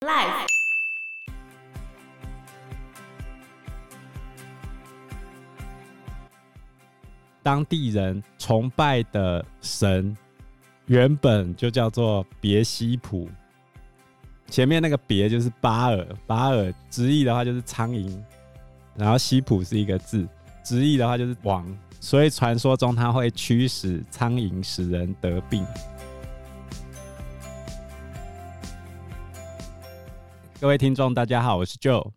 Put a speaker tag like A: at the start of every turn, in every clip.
A: Life。
B: 当地人崇拜的神原本就叫做别西卜，前面那个别就是巴尔，巴尔直译的话就是苍蝇，然后西卜是一个字，直译的话就是王，所以传说中它会驱使苍蝇使人得病。各位听众，大家好，我是 Joe。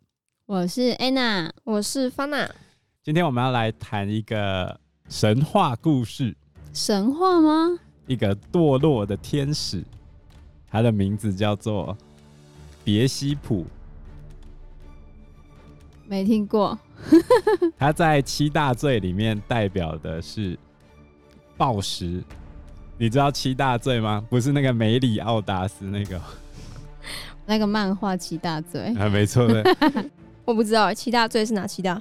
C: 我是 Anna，
D: 我是方娜，
B: 今天我们要来谈一个神话故事，
C: 神话吗？
B: 一个堕落的天使，他的名字叫做别西卜。
C: 没听过。
B: 他在七大罪里面代表的是暴食。你知道七大罪吗？不是那个梅里奥达斯那个，
C: 那个漫画《七大罪》
D: 哎
B: 啊，没错的。
D: 我不知道七大罪是哪七大？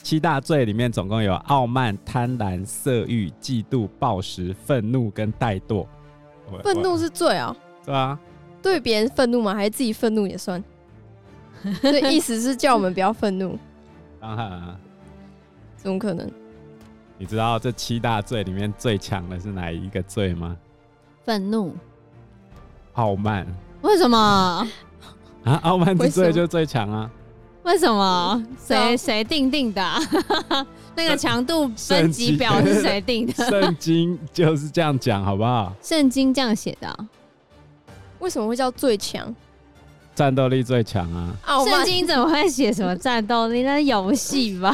B: 七大罪里面总共有傲慢、贪婪、色欲、嫉妒、暴食、愤怒跟怠惰。
C: 呃
B: 我
D: 愤怒
B: 我
D: 是罪哦，
B: 对啊，
D: 对别人愤怒吗？还是自己愤怒 也算？所以意思是叫我们不要愤怒，
B: 当然、啊。
D: 怎么可能？
B: 你知道这七大罪里面最强的是哪一个罪吗？
C: 愤怒？
B: 傲慢
C: 为什么？
B: 啊，傲慢之
D: 为
B: 罪
D: 什么
B: 就最强啊！
C: 为什么？
D: 对
C: 谁
D: 啊
C: 谁定定的 啊、那个强度分
B: 圣
C: 级
B: 经
C: 表是谁定的？
B: 圣经就是这样讲，好不好？
C: 圣经这样写的啊、
D: 为什么会叫最强？
B: 战斗力最强啊！
D: 傲
C: 圣
D: 慢
C: 经怎么会写什么战斗力？那是游戏吧？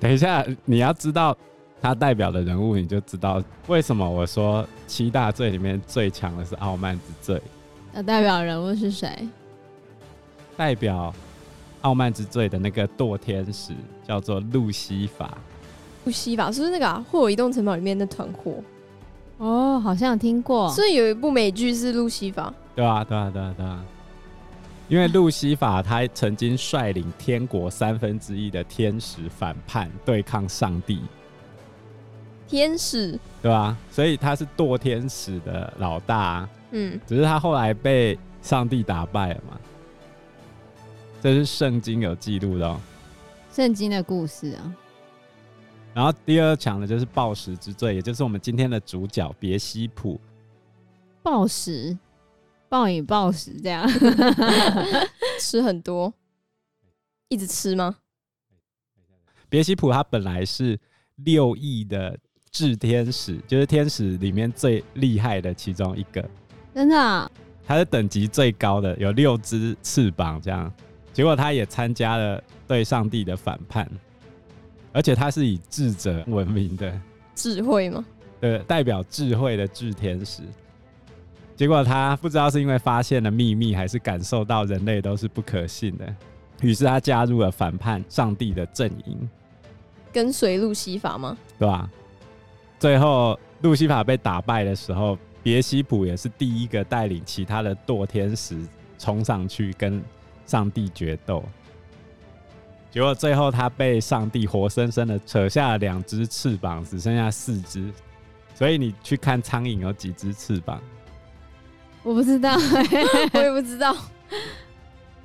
B: 等一下，你要知道他代表的人物，你就知道为什么我说七大罪里面最强的是傲慢之罪。
C: 那代表人物是谁？
B: 代表傲慢之罪的那个堕天使叫做路西法，
D: 不西吧？是不是那个、啊《霍尔移动城堡》里面的团伙？
C: 哦，好像有听过。
D: 所以有一部美剧是路西法，
B: 对啊，对啊，对啊，对啊。因为路西法他曾经率领天国三分之一的天使反叛对抗上帝，
D: 天使。
B: 对吧、所以他是堕天使的老大啊、
D: 嗯，
B: 只是他后来被上帝打败了嘛。这是圣经有记录的哦。
C: 圣经的故事啊，
B: 然后第二强的就是暴食之罪，也就是我们今天的主角别西卜。
C: 暴食、暴饮暴食这样。
D: 吃很多，一直吃吗？
B: 别西卜他本来是六翼的炽天使，就是天使里面最厉害的其中一个，
C: 真的啊、
B: 他是等级最高的，有六只翅膀这样。结果他也参加了对上帝的反叛，而且他是以智者闻名的，
D: 智慧吗？
B: 对，代表智慧的炽天使。结果他不知道是因为发现了秘密，还是感受到人类都是不可信的，于是他加入了反叛上帝的阵营。
D: 跟随路西 法吗？
B: 对吧、最后路西法被打败的时候，别西卜也是第一个带领其他的堕天使冲上去跟上帝决斗。结果最后他被上帝活生生的扯下了两只翅膀，只剩下四只。所以你去看苍蝇有几只翅膀？
C: 我不知道、
D: 我也不知道。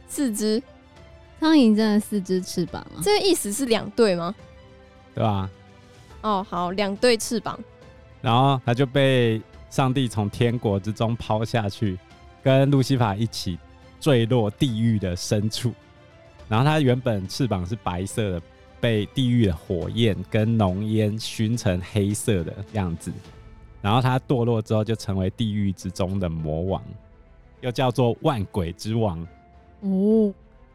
D: 四只，
C: 苍蝇真的四只翅膀啊？
D: 这个意思是两对吗？
B: 对吧、
D: 哦，好，两对翅膀。
B: 然后他就被上帝从天国之中抛下去，跟路西法一起坠落地狱的深处。然后他原本翅膀是白色的，被地狱的火焰跟浓烟熏成黑色的样子。然后他堕落之后，就成为地狱之中的魔王，又叫做万鬼之王，
C: 哦，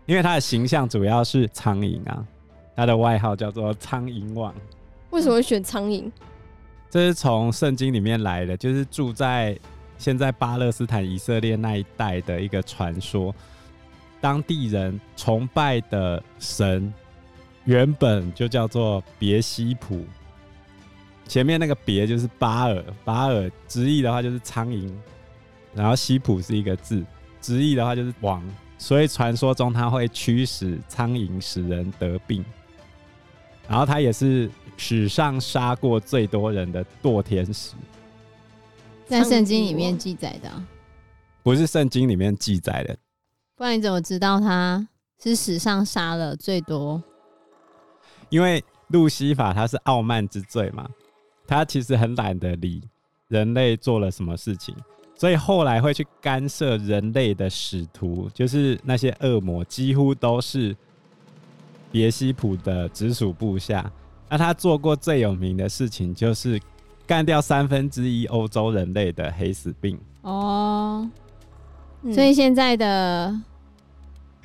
B: 因为他的形象主要是苍蝇啊，他的外号叫做苍蝇王。
D: 为什么会选苍蝇？
B: 这是从圣经里面来的，就是住在现在巴勒斯坦以色列那一带的一个传说。当地人崇拜的神原本就叫做别西卜，前面那个别就是巴尔，巴尔直译的话就是苍蝇，然后西卜是一个字，直译的话就是王，所以传说中它会驱使苍蝇使人得病。然后他也是史上杀过最多人的堕天使，
C: 在圣经里面记载的啊、
B: 不是圣经里面记载的。
C: 不然你怎么知道他是史上杀了最多？
B: 因为路西法他是傲慢之罪嘛，他其实很懒得理人类做了什么事情，所以后来会去干涉人类的使徒，就是那些恶魔，几乎都是别西卜的直属部下。那他做过最有名的事情就是干掉三分之一欧洲人类的黑死病。
C: 哦，
D: 嗯
C: 所以现在的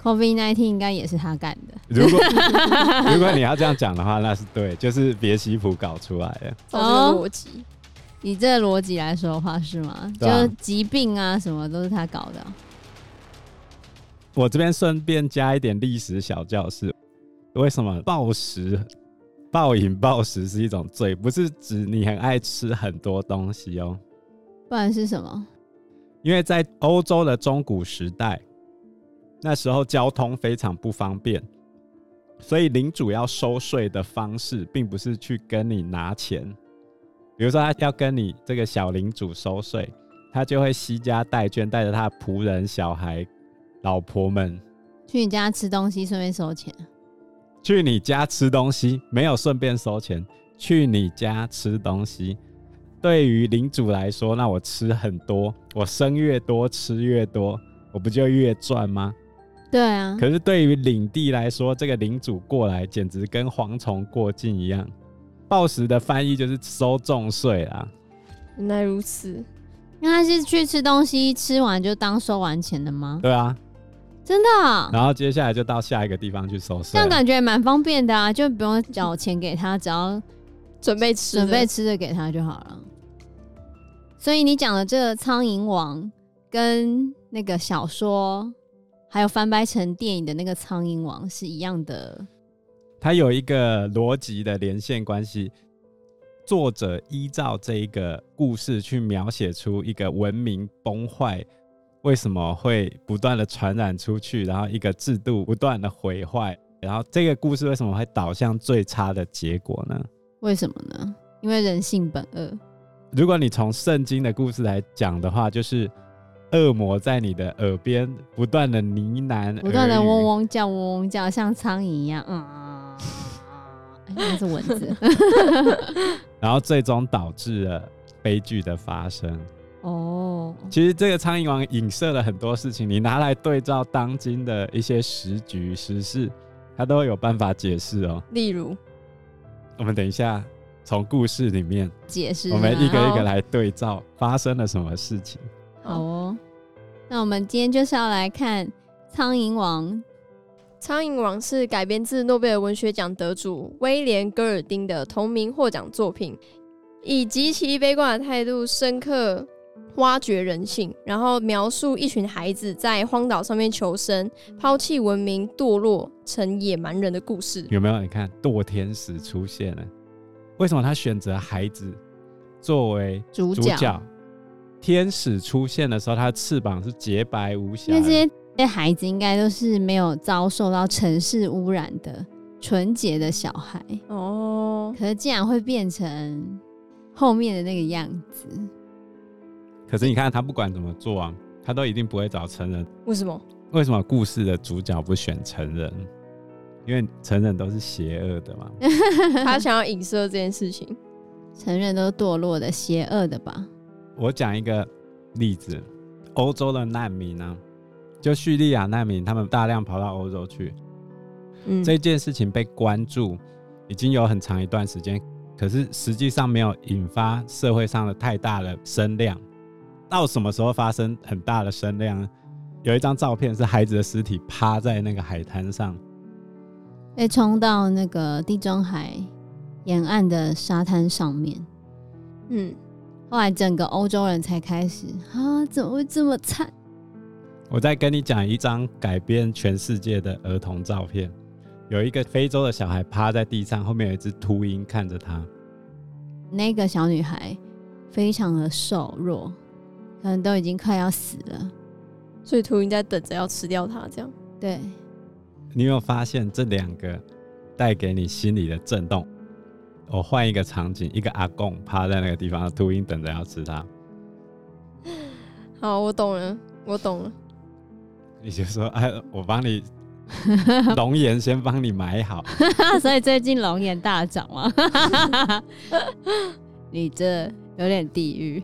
C: COVID nineteen 应该也是他干的。
B: 如果 如果你要这样讲的话，那是对，就是别西卜搞出来的。
D: 照这个逻辑，
C: 以这个逻辑来说的话，是吗？
B: 对啊
C: 就疾病啊，什么都是他搞的。啊
B: 我这边顺便加一点历史小教室，为什么暴食、暴饮暴食是一种罪？不是指你很爱吃很多东西哦，
C: 不然是什么？
B: 因为在欧洲的中古时代，那时候交通非常不方便，所以领主要收税的方式，并不是去跟你拿钱。比如说，他要跟你这个小领主收税，他就会惜家带眷，带着他的仆人、小孩、老婆们
C: 去你家吃东西，顺便收钱。
B: 去你家吃东西，没有顺便收钱。去你家吃东西，对于领主来说，那我吃很多，我生越多吃越多，我不就越赚吗？
C: 对啊，
B: 可是对于领地来说，这个领主过来简直跟蝗虫过境一样。暴食的翻译就是收重税啦，
D: 原来如此。
C: 那他是去吃东西，吃完就当收完钱的吗？
B: 对啊。
C: 真的啊、
B: 然后接下来就到下一个地方去收税
C: 这样
B: 啊。
C: 感觉也蛮方便的啊，就不用找钱给他，只要
D: 准备吃的，
C: 准备吃的给他就好了。所以你讲的这个《苍蝇王》跟那个小说，还有翻拍成电影的那个《苍蝇王》是一样的
B: 它有一个逻辑的连线关系。作者依照这一个故事去描写出一个文明崩坏为什么会不断的传染出去，然后一个制度不断的毁坏，然后这个故事为什么会导向最差的结果呢？
C: 为什么呢？因为人性本恶。
B: 如果你从圣经的故事来讲的话，就是恶魔在你的耳边不断的呢喃，
C: 不断的嗡，嗡叫，嗡嗡叫，像苍蝇一样，嗯，哎那是蚊子
B: 然后最终导致了悲剧的发生。
C: 哦。
B: 其实这个苍蝇王影射了很多事情，你拿来对照当今的一些时局时事，它都会有办法解释哦。
D: 例如，
B: 我们等一下从故事里面，
C: 解释
B: 我们一个一个
D: 好
B: 来对照发生了什么事情。
C: 好哦。那我们今天就是要来看《苍蝇王》，
D: 苍蝇王》是改编自诺贝尔文学奖得主威廉·戈尔丁的同名获奖作品，以极其悲观的态度深刻挖掘人性，然后描述一群孩子在荒岛上面求生、抛弃文明、堕落成野蛮人的故事。
B: 有没有？你看堕天使出现了，为什么他选择孩子作为
C: 主
B: 主
C: 角，
B: 角？天使出现的时候，它的翅膀是洁白无瑕
C: 因为这
B: 的，
C: 些这些孩子应该都是没有遭受到城市污染的纯洁的小孩，
D: 哦，
C: 可是竟然会变成后面的那个样子，
B: 可是你看，他不管怎么做啊，他都一定不会找成人
D: 为什 么？
B: 为什么故事的主角不选成人？因为成人都是邪恶的嘛。
D: 他想要影射这件事情。
C: 承认都是堕落的、邪恶的吧？
B: 我讲一个例子，欧洲的难民呢、就叙利亚难民，他们大量跑到欧洲去，
D: 嗯，
B: 这件事情被关注已经有很长一段时间，可是实际上没有引发社会上的太大的声量。到什么时候发生很大的声量呢？有一张照片是孩子的尸体趴在那个海滩上，
C: 被冲到那个地中海沿岸的沙滩上面。
D: 嗯，
C: 后来整个欧洲人才开始啊，怎么会这么惨？
B: 我再跟你讲一张改变全世界的儿童照片，有一个非洲的小孩趴在地上，后面有一只秃鹰看着他。
C: 那个小女孩非常的瘦弱，可能都已经快要死了。
D: 所以秃鹰在等着要吃掉它，这样。
C: 对，
B: 你有没有发现这两个带给你心理的震动？我换一个场景，一个阿公趴在那个地方，秃鹰等着要吃他。
D: 好，我懂了。我懂了，
B: 你就说，哎，我帮你龙岩先帮你买好，
C: 所以最近龙眼大涨嘛， 你这有点地狱。